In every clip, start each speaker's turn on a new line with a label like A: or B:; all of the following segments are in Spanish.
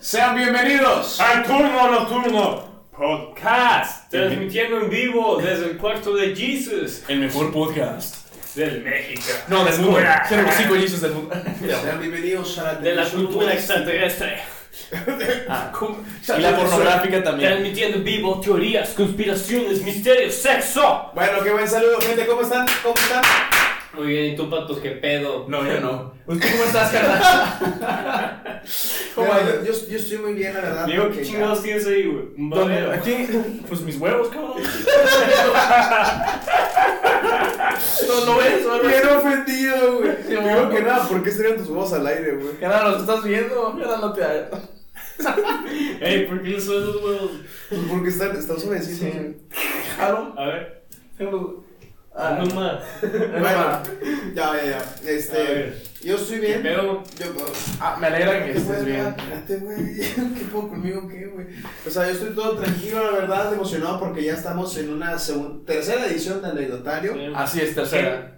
A: Sean bienvenidos.
B: Al turno nocturno podcast transmitiendo en vivo desde el cuarto de Jesus
C: El mejor podcast.
B: del México
C: No, del mundo.
B: Fuera.
C: Ser los cinco Jesus del mundo.
A: Sean bienvenidos a la
B: de la
A: televisión
B: cultura
A: mundial.
B: extraterrestre Ah, con-
C: Y la pornográfica también.
B: transmitiendo en vivo teorías conspiraciones misterios sexo
A: Bueno, qué buen saludo, gente. ¿Cómo están? ¿Cómo están?
B: muy bien y tú patos qué pedo
C: No, yo no. ¿Tú ¿Cómo estás, Carla? ¿Cómo
A: Mira,
C: andas?
A: yo, yo- yo estoy muy bien, la verdad.
B: Digo,
A: porque
B: ¿qué
A: ya-
B: chingados tienes ahí, güey? Un
C: ¿Dónde?
B: babero.
C: Aquí, pues mis huevos, cabrón. No, no ves, no ves.
A: Bien ofendido, güey.
C: Sí,
A: Primero
C: bueno.
A: que nada, ¿por qué estarían tus voz al aire, güey?
C: Carla, los estás viendo. Carla, no te hagas.
B: Ey, ¿por qué no son esos huevos?
A: Pues porque están, están suavecitos. güey.
C: Claro.
B: A ver,
C: Ah,
B: no más.
A: Bueno, ya, ya, ya.
B: A
A: Este,
B: ver.
A: yo estoy
B: ¿Qué
A: bien.
B: pedo?
A: Yo, pues,
C: ah, me alegra que
A: ¿Qué
C: estés
A: güey,
C: bien.
A: espérate, güey. ¿Qué puedo conmigo? ¿Qué, güey? O sea, yo estoy todo tranquilo, la verdad, emocionado porque ya estamos en una segun- tercera edición de Anecdotario.
C: Así es, tercera.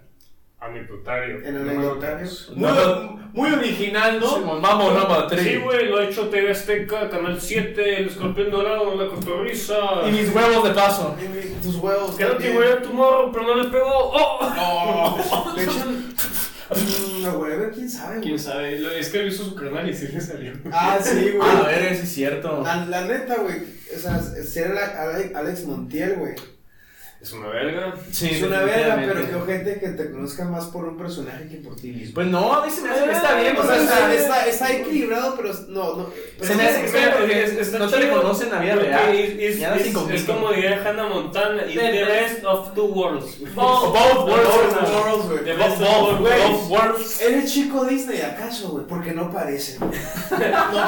B: A mi putario.
A: En Anecdotario. Muy,
C: No.
B: Muy original, ¿no?
C: Sí, Mambo, no, tres.
B: Sí, güey, lo ha hecho TV Azteca, Canal 7, El Escorpión Dorado, La Cotorrisa.
C: Y mis huevos de paso.
A: Y mi- Tus huevos.
B: Quédate,
A: también.
B: güey, a tu morro, pero no le pegó. ¡Oh!
A: No. De hecho, mm, no, güey, a ver, quién sabe, güey.
B: Quién sabe, lo- es que hizo su canal y sí le salió.
A: Ah, sí, güey. Ah,
C: A ver, sí es cierto.
A: La, la neta, güey. O sea, si era la- Ale- Alex Montiel, güey.
B: Es una verga.
C: Sí,
A: es una verga,
C: definitivamente.
A: pero que gente que te conozca más por un personaje que por ti mismo.
C: Pues no, a mí se me hace que está bien,
A: O
C: o sea,
A: sea, está,
C: está-
A: está, está equilibrado, pero es- no, no. pero
C: pues, Se me hace que
A: no,
C: está- porque
B: Es- está
C: no te
B: chido,
C: reconocen a vida
B: porque
C: real.
B: Es, es-
C: Ya nací
B: es-
C: con
B: es
C: Cristo.
B: como diría Hannah Montana: It's the best of the worlds.
C: Both
A: worlds,
B: The
A: worlds, güey.
B: The
C: Both
B: best of the
C: worlds.
B: worlds.
A: ¿Eres chico Disney acaso, güey? Porque no parece. güey. No
B: Es que,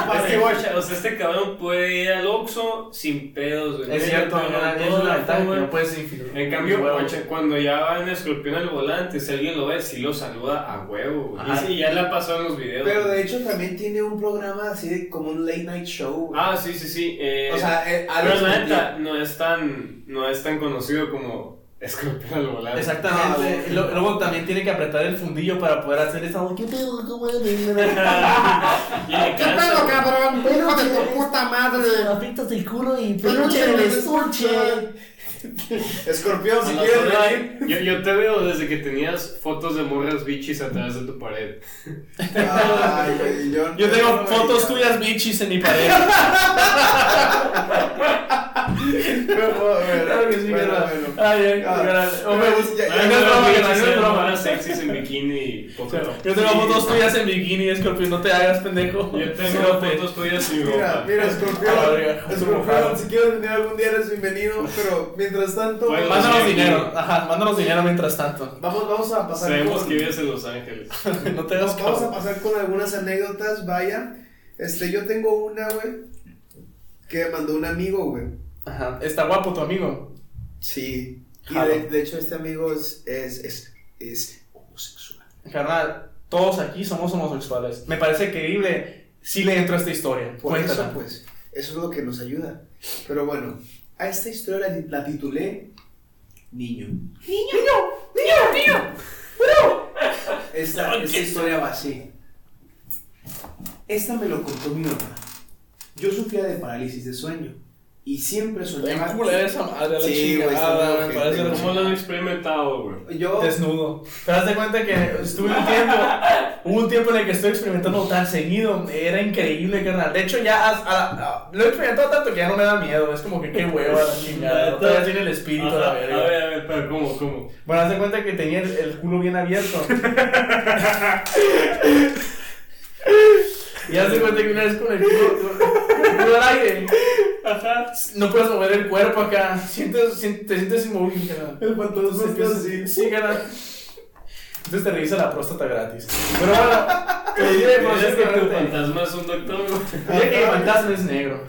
A: parece.
B: guacha, o sea, este cabrón puede ir al Oxxo sin pedos, güey.
C: Es cierto,
B: Pero
C: no, es
B: toda
C: una
B: la
C: ventaja que
B: forma-
C: no puedes infiltrar.
B: En cambio,
C: Huevo.
B: guacha, cuando ya va en escorpión al volante, si alguien lo ve, si lo saluda a huevo. güey.
C: Ajá.
B: Y sí, ya la ha pasado en los videos.
A: Pero
B: güey.
A: de hecho también tiene un programa así de- como un late night show, güey.
B: Ah, sí, sí, sí. eh,
A: o sea, eh,
B: pero
A: Alex
B: la
A: Montiel.
B: neta, no es tan, no es tan conocido como escorpión al volante.
A: Ah,
C: Exactamente.
A: bueno.
C: Y lo- Luego también tiene que apretar el fundillo para poder hacer esa. ¿Qué pedo? ¿Cómo es?
B: Y le cansa, güey.
D: cabrón? Hijo de tu puta madre.
C: Aprietas el culo y
D: Peluche en el estuche.
A: Escorpión, si
B: A la
A: quieres
B: zona,
A: venir.
B: yo, yo te veo desde que tenías fotos de morras bichis atrás de tu pared.
A: Ay, güey, yo,
C: Yo tengo
A: no,
C: fotos
A: güey.
C: tuyas bichis en mi pared. Claro que sí,
A: Bueno,
C: claro.
A: bueno.
C: Ay, ay,
A: Ah,
C: ay, hombre,
A: ya-
C: pues,
A: ya-
C: no
A: ya- ya-
C: es broma,
B: Morras
C: que no
B: bichis,
C: es broma.
B: morras sexys en bikini. y poco top.
C: Yo tengo fotos tuyas en bikini, Scorpion, no te hagas pendejo. pues,
B: Yo tengo
C: Cerote.
B: fotos tuyas y mi
A: Mira,
B: ropa.
A: mira,
C: A la verga,
A: escorpión.
C: estoy mojado.
A: Escorpión, si quieres venir algún día eres bienvenido. Pero mientras tanto,
B: Bueno,
A: vamos-
C: Mándanos
B: Sí.
C: dinero, ajá, mándanos dinero mientras tanto.
A: vamos, vamos a pasar
B: Sabemos
A: con,
B: que vives en Los Ángeles.
C: No te hagas
A: vamos, vamos a
C: cabrón.
A: pasar con algunas anécdotas. Vaya, este, yo tengo una, güey, que me mandó un amigo, güey.
C: Ajá, está guapo tu amigo.
A: Sí. Y
C: Jalo.
A: de, de hecho, este amigo es, es, es, es homosexual.
C: Carnal, todos aquí somos homosexuales. Me parece creíble si le entro a esta historia.
A: Por eso,
C: Cuéntala.
A: pues, eso es lo que nos ayuda. Pero bueno, a esta historia la, la titulé Niño. Niño, niño, niño. Esta, esta historia va así. Esta me lo contó mi mamá. Yo sufría de parálisis de sueño y siempre
C: Bien
A: soñaba.
C: culera esa madre, la
A: Sí,
C: chingada,
A: güey, está muy
C: me
A: ojete,
C: parece la
A: güey.
B: ¿Cómo lo han experimentado, güey?
A: Yo,
C: desnudo. Te das de cuenta que estuve un tiempo, hubo un tiempo en el que estoy experimentando tan seguido, era increíble, carnal. De hecho, ya as- a- a- lo he experimentado tanto que ya no me da miedo, es como que qué hueva la chingada. Todavía tiene el espíritu a la
B: Ajá,
C: verga.
B: a ver, a ver, pero ¿cómo, cómo?
C: Bueno, haz de cuenta que tenía el, el culo bien abierto. y haz de cuenta que una vez con el culo, con el culo al aire,
B: Ajá.
C: no puedes mover el cuerpo acá. Sientes, sien- te sientes inmóvil, cara.
A: el fantasma
C: Entonces
A: está
C: empiezas-
A: así.
C: Sí, cara. Entonces te revisa la próstata gratis. Pero bueno, te diré por
B: ¿Crees que tu
C: cierto.
B: fantasma es un doctor, güey?
C: Dile que el fantasma es negro.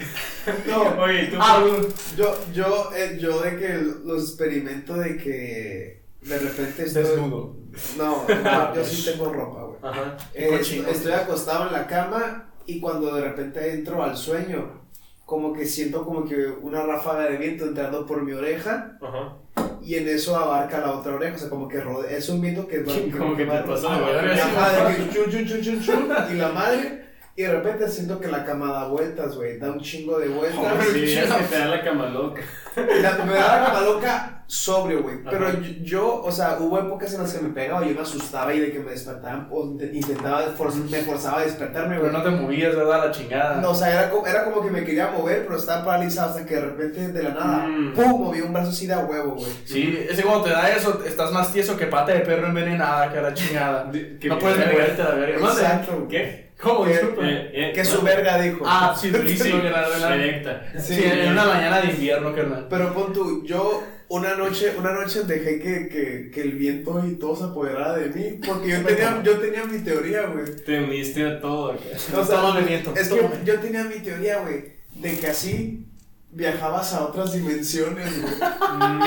A: No,
B: Oye, ¿tú?
C: Ah, bueno.
A: Yo, yo, eh, yo de que lo experimento de que de repente estoy...
C: Desnudo.
A: No, yo, yo sí tengo ropa, güey.
C: Ajá.
A: Eh, estoy acostado en la cama y cuando de repente entro al sueño, como que siento como que una ráfaga de viento entrando por mi oreja
B: Ajá.
A: y en eso abarca la otra oreja, o sea, como que rodea, es un viento que va-
B: Como que te
A: va-
B: pasó de
C: Ah,
A: la
B: verga.
A: madre, que chun, chun, chun, chun, chun, y la madre, y de repente siento que la cama da vueltas, güey, da un chingo de vueltas.
B: Sí, es que te da la cama loca.
A: La- me daba la cama loca sobrio, güey. Pero
B: Ajá.
A: yo, yo, o sea, hubo épocas en las que me pegaba, yo me asustaba y de que me despertaban, o int- intentaba, for- me forzaba a despertarme, güey.
C: Pero no te movías, ¿verdad? La chingada.
A: No, o sea, era como, era como que me quería mover, pero estaba paralizado hasta que de repente, de la nada,
B: Mm.
A: ¡pum! moví un brazo así de a huevo, güey.
C: Sí, es que cuando te da eso, estás más tieso que pata de perro envenenada, que la chingada.
B: De- que
C: no
B: mi
C: puedes
B: verga.
C: moverte a la verga. No sé.
A: Exacto.
B: ¿Qué?
C: ¿Cómo?
A: Que-
C: Disculpa.
B: Eh, eh,
A: Que su
B: no.
A: verga dijo.
C: Ah, sí,
B: Sí,
C: durísimo, carnal, ¿verdad?
B: Erecta.
C: Sí, en una mañana de invierno, carnal.
A: Pero pon tú, yo una noche, una noche dejé que, que, que el viento y todo se apoderara de mí, porque yo tenía, yo tenía mi teoría, güey.
B: Te uniste a todo acá.
A: O sea,
C: Tómame, viento,
A: Es
C: tómame.
A: que yo tenía mi teoría, güey, de que así viajabas a otras dimensiones, güey.
B: Mm,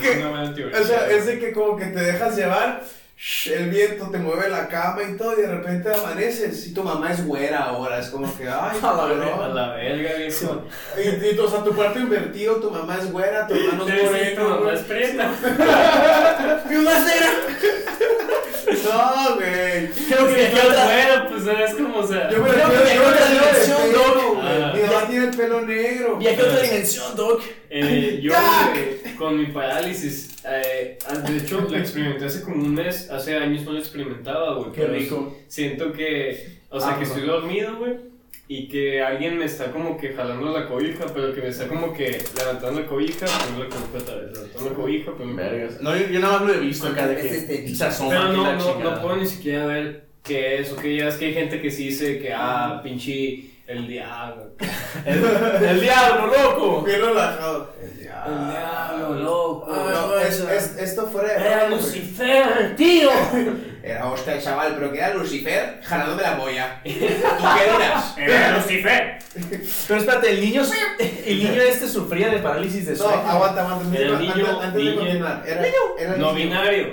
A: ¿Qué?
B: Es una buena teoría.
A: O sea, es de que como que te dejas llevar, shh, el viento te mueve la cama y todo, y de repente amaneces y tu mamá es güera ahora, es como que, ay,
C: A la
A: cabrón.
B: A la verga, viejo.
A: Y, y, o sea, tu cuarto invertido, tu mamá es güera, tu hermano es
B: Debe ser tu
A: moreno,
B: mamá
A: güey.
B: es preta.
A: ¡Viuda negra! No, güey.
C: Creo
B: Es que
C: que
B: yo,
C: otra-
B: bueno, pues es como, o sea.
A: Yo me
C: Creo
A: refiero
C: que
A: yo
C: otra
A: me refiero de
C: dimensión,
A: pelo,
C: Doc.
A: güey.
B: Ah.
A: Mi mamá tiene el pelo negro.
C: Viajé a otra dimensión, Doc.
B: Eh, yo
C: ¡Tac!
B: eh, con mi parálisis, eh, de hecho la experimenté hace como un mes, hace años no la experimentaba, güey.
C: Qué
B: pero
C: rico.
B: Siento que, o sea,
C: Ah,
B: que
C: no.
B: estoy dormido, güey, y que alguien me está como que jalando la cobija, pero que me está como que levantando la cobija, poniendo la cobija otra vez, levantando la cobija, poniendo la cobija.
C: No, yo, yo nada más lo he visto acá de
D: Es
C: que
D: este.
C: se asoma.
B: Pero
C: aquí
B: no,
C: Oh, la
B: no,
C: chingada.
B: no puedo ni siquiera ver qué es, o que ya es que hay gente que sí dice que, ah, pinche el diablo.
C: El, el diablo, loco.
A: Bien relajado.
C: Ah,
B: El diablo, loco.
A: Ah, No, es- es- esto fuera de broma,
B: Era
A: güey.
B: Lucifer, tío.
A: Era hostia, chaval, pero que era Lucifer jalándome la boya. ¿Tú qué duras?
B: Era Lucifer.
C: Pero espérate, el niño, el niño este sufría de parálisis de
A: No,
C: sueño.
A: aguanta, aguanta. Antes,
B: Era
A: de- antes-
B: niño,
A: antes de
B: niña.
A: continuar, era, era
B: No
A: niño.
B: binario.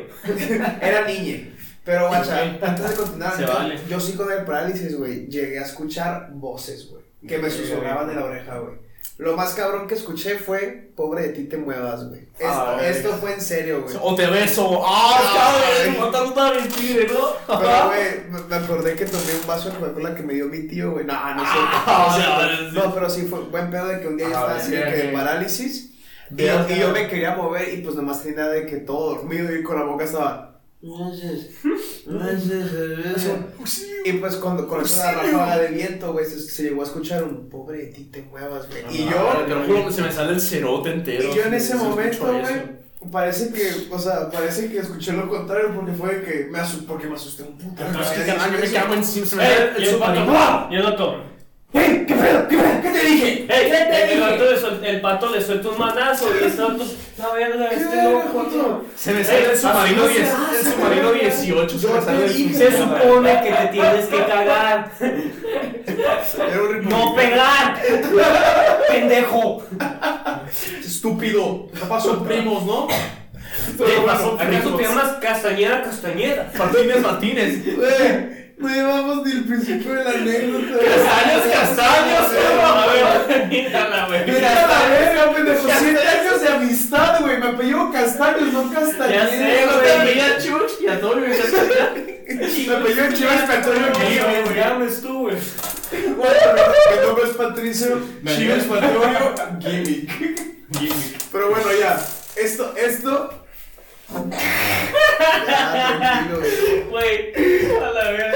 A: Era niña. Pero, guacha,
B: Ok.
A: antes de continuar,
B: Se
A: yo,
B: vale.
A: yo sí con el parálisis, güey, llegué a escuchar voces, güey, que me
B: Sí,
A: susurraban en la oreja, güey. Lo más cabrón que escuché fue, pobre de ti te muevas, güey. Esto,
C: Ah, güey.
A: esto fue en serio, güey.
C: O te beso. ¡Ah,
A: Ay.
C: cabrón! Matando una mentira, ¿no?
A: Pero, güey, me- me acordé que tomé un vaso de Coca-Cola que me dio mi tío, güey. No, no es cierto.
C: Ah,
A: No,
C: o sea,
A: no,
C: sí.
A: no, pero sí fue buen pedo de que un día yo
C: Ah,
A: estaba así de
C: bien,
A: que de
C: bien.
A: parálisis. Y,
C: Bien,
A: yo- y yo
C: bien.
A: me quería mover y pues nomás tenía de que todo dormido y con la boca estaba. "No sé, no sé, no sé". Y pues cuando con esa ráfaga de viento, güey, se, se llegó a escuchar un pobre de ti, te muevas, güey. Y yo,
C: Ah,
B: Ah,
C: Te lo juro, se me sale el cerote entero.
A: y yo en
C: Se
A: ese
C: escuchó
A: momento,
C: eso.
A: güey, parece que, o sea, parece que escuché lo contrario porque fue de que me asusté, porque me asusté un puto.
C: Es que,
A: Había
C: carnal, yo
A: dicho
C: me
A: eso.
C: cago encima. Se me
B: ¡Eh!
C: sale
B: Y el
C: el super-
B: pato. ¡guau! Y el otro.
D: ¡Ey! ¿Qué pedo? ¿Qué pedo? ¿Qué te dije?
B: ¡Ey!
D: ¿Qué te
B: El
D: dije?
B: pato, le suel- el pato le suelta un manazo y está otro. La verga, este loco. tío".
C: Se me sale el submarino
B: así Eh, ah, no se
C: 10
B: hace,
C: el submarino 18. Se
A: Yo
C: me
A: te
C: sale el
A: dije.
B: Se
C: submarino.
B: supone que te tienes que cagar,
A: Era un
B: no pegar. Pendejo.
A: este estúpido. No pasó
C: Son primos, ¿no?
B: ¿Qué pasó?
C: Aquí
B: ¿Acaso te llamas castañera, castañera?
C: Martínez Martínez.
A: Güey, no llevamos ni el principio de la anécdota. güey.
C: Castaños, castaños,
B: A
C: güey.
B: ver, mírala, güey.
A: Mira, la verga, pendejo. Siete años de amistad, güey. Me apellido Castaños, no
B: Ya
A: Castañeda.
B: sé,
C: Pero
B: güey.
C: te veía Chuch y a todo me decía,
A: Me apellido Chivas Antonio Guillén, güey.
B: Ya no estuve.
A: Mi nombre es Patricio Chivas Antonio Gimmick. Pero bueno, ya. Esto, esto. Ya, tranquilo, güey.
B: Güey, a la verga.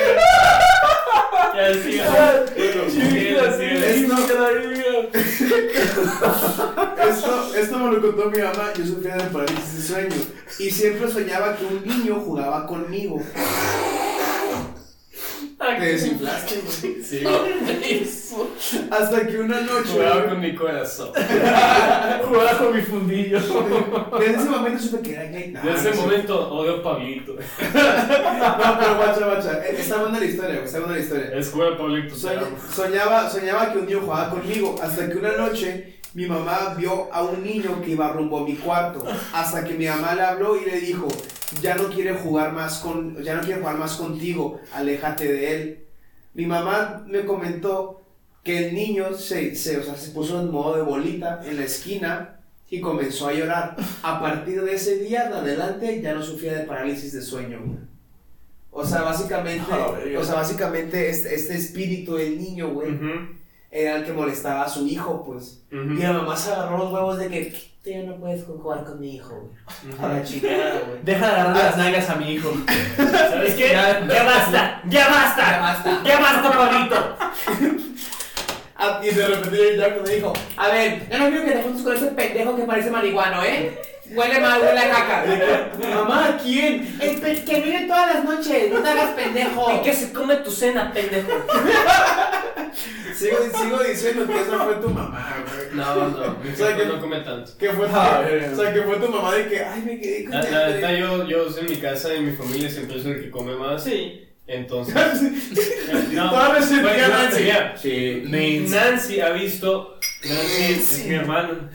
B: Ya sí,
D: Ah,
C: Chicas,
B: güey.
A: Esto, Esto, esto me lo contó mi mamá, yo sufría de parálisis de sueño y siempre soñaba que un niño jugaba conmigo. Te desinflaste, güey.
B: Sí, güey.
A: Hasta que una noche,
B: Jugaba con mi corazón.
C: Jugaba con mi fundillo.
A: desde ese momento supe que era gay. Nah,
B: De ese
A: no sé.
B: momento odio a Pablito.
A: No, pero guacha, guacha, eh, está buena la historia, güey, está buena la historia.
B: Es jugar a Pablito. te
A: Soña-
B: amo.
A: soñaba, soñaba que un niño jugaba conmigo, hasta que una noche mi mamá vio a un niño que iba rumbo a mi cuarto, hasta que mi mamá le habló y le dijo, ya no quiere jugar más con, ya no quiere jugar más contigo, aléjate de él. Mi mamá me comentó que el niño se, se, o sea, se puso en modo de bolita en la esquina y comenzó a llorar. A partir de ese día en adelante ya no sufría de parálisis de sueño. güey. O sea, básicamente,
C: A la verga.
A: o sea, básicamente este, este espíritu del niño, güey,
B: Ujú,
A: era el que molestaba a su hijo, pues.
B: ujú,
A: Y la mamá se agarró los huevos de que tú ya no puedes jugar con mi hijo, güey.
B: ujú.
A: A la chingada, güey.
C: Deja de agarrar las nalgas a mi hijo.
B: ¿Sabes qué?
C: Ya-
E: Ya basta, ya basta, ya basta, ya basta, Pablito.
A: Ah, y de repente ya me dijo,
E: A ver, ya no quiero que te juntes con ese pendejo que parece marihuano, ¿eh? Huele mal, huele a caca.
A: mamá, ¿quién?
E: El pe- que viene todas las noches, no te hagas
A: Oh.
E: pendejo.
F: ¿Y qué se come tu cena, pendejo?
A: Sigo, sigo diciendo que esa fue tu mamá, güey.
B: No, no, mi
A: O sea,
B: papá
A: que-
B: no come tanto.
A: Que fue, tu-
C: Ah, verga.
A: o sea, que fue tu mamá de que, ay, me quedé con
B: La, la neta,
A: hambre".
B: yo, yo en mi casa y mi familia siempre es el que come más.
F: Sí.
B: Entonces.
A: Toda
B: pues,
A: resentida
B: yo no
A: Nancy.
B: tenía-
C: Sí. Nains.
B: Nancy ha visto. Nancy es mi hermana.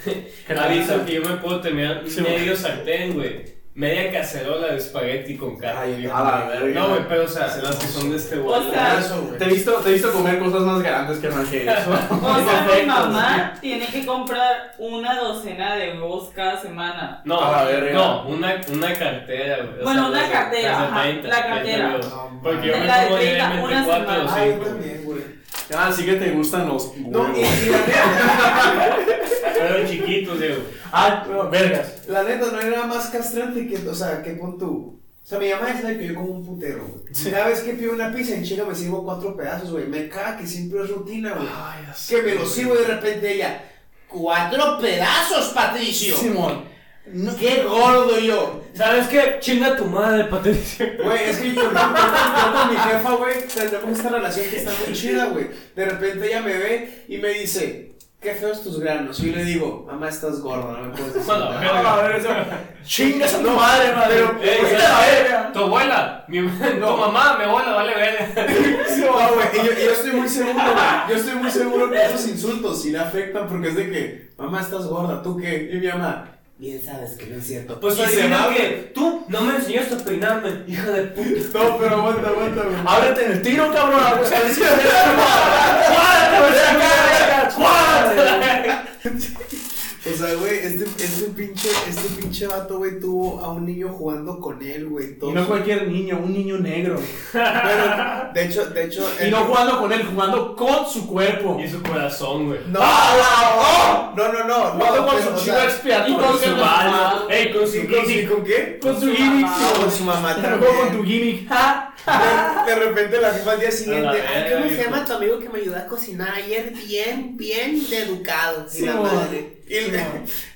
B: Ha visto que yo me puedo terminar
C: Sí.
B: medio sartén, güey. Media cacerola de espagueti con carne.
A: Ay,
B: viejo.
C: a la verga.
B: No, güey, pero o sea, las que son de este
F: O sea,
A: Eso, güey.
C: Te he visto, te he visto comer cosas más grandes que no que eso.
G: O sea, mi mamá tiene que comprar una docena de huevos cada semana.
B: No,
C: A la verga.
B: no, una, una cartera, güey. O
G: Bueno,
B: sea,
G: una
B: las de-
G: cartera,
B: las de
G: ajá,
B: 30,
G: la
B: 30
G: cartera.
B: euros.
A: No,
B: Porque yo me
G: la de
B: como
G: 30,
B: diariamente
G: una
B: 4 o
G: semana.
A: Ay, yo
B: 5.
A: también, güey.
C: Ah, sí que te gustan los.
A: No, y,
C: huevos.
A: y la neta,
B: Pero chiquitos, Diego.
C: Ah, no, vergas.
A: la neta, no era más castrante que, o sea, que pon tú. O sea, mi mamá es la que yo como un putero, güey. Cada vez que pido una pizza en China me sirvo cuatro pedazos, güey. Me caga que siempre es rutina, güey.
C: Ah,
A: que me lo sirvo y de repente ella,
E: Cuatro pedazos, Patricio.
C: Simón.
E: Qué gordo yo.
F: ¿Sabes qué? Chinga tu madre, Patricia.
A: Güey, es que yo, yo- yo- yo con mi jefa, güey, tenemos esta relación que está muy chida, güey. De repente ella me ve y me dice, qué feos tus granos. Y yo le digo, mamá, estás gorda, no me puedes decir
B: Bueno,
A: nada".
B: pero-
C: A ver, eso. Chingas a tu madre, madre.
A: Pero-
B: Ey,
C: Vete
B: ¿sabes
C: a la
B: qué?
C: verga.
B: Tu abuela, mi, tu mamá, mi abuela, vale verga.
A: No, güey, y yo, y yo estoy muy seguro, güey, yo estoy muy seguro que esos insultos sí le afectan porque es de que, mamá, estás gorda, ¿tú qué? Y mi mamá, bien sabes que no es cierto.
F: Pues
A: Y se va,
F: adivina
A: güey.
F: que tú no me enseñaste a peinarme, hija de puta.
A: No, pero aguanta, aguanta, güey.
C: Ábrete en el tiro, cabrón. pues, ¡Cuárate,
A: O sea, güey, este, este pinche, este pinche vato, güey, tuvo a un niño jugando con él, güey. todo
C: Y no
A: su-
C: cualquier niño, un niño negro.
A: Pero, de hecho, de hecho.
C: Y
A: el-
C: no jugando con él, jugando con su cuerpo.
B: Y su corazón, güey.
A: No, no, no, no.
C: Jugando con
A: pero,
C: su
A: o
C: chivo
A: sea,
C: expiatorio.
F: con su
C: mamá.
B: Ey, con su
A: ¿y con, y
B: gimmick.
A: con qué?
C: Con su gimmick.
A: mamá. Con su mamá
C: Tampoco con tu
A: también.
C: gimmick. Ah, Ja.
A: De, de repente la misma al día
B: A
A: siguiente.
B: la
A: Ay, ¿cómo se llama?
E: tu amigo que me ayudó a cocinar ayer? Bien, bien de educado.
A: Y la
C: Sí,
A: madre. Y el-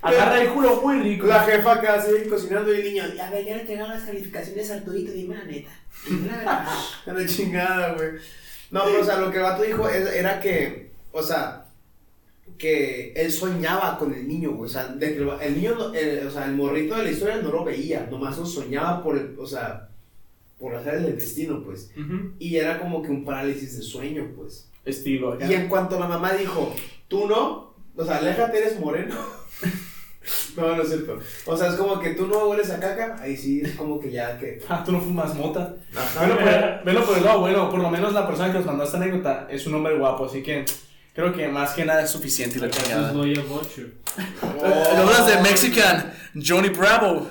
C: Agarra el culo muy rico.
A: la jefa acá así cocinando y el niño.
E: A ver, ya le entregaron las calificaciones al Arturito, dime la neta.
A: A la chingada, güey. No, pero, o sea, lo que el vato dijo es- era que, o sea, que él soñaba con el niño, güey. O sea, de que el niño, no- el- o sea, el morrito de la historia no lo veía, nomás lo soñaba por, el- o sea, por hacer el destino, pues.
B: Ujú.
A: Y era como que un parálisis de sueño, pues.
C: Estilo acá.
A: Y en cuanto la mamá dijo, tú no, o sea, aléjate, eres moreno. No, no es cierto. O sea, es como que tú no hueles a caca. Ahí sí, es como que ya que.
C: Ah, tú no fumas mota.
A: Ajá.
C: Velo por, velo por el lado bueno, por lo menos la persona que nos mandó esta anécdota es un hombre guapo, así que creo que más que nada es suficiente la
B: Eso es
C: chingada.
B: Loya Bocho.
C: Eh, Hablas de Mexican, Johnny Bravo.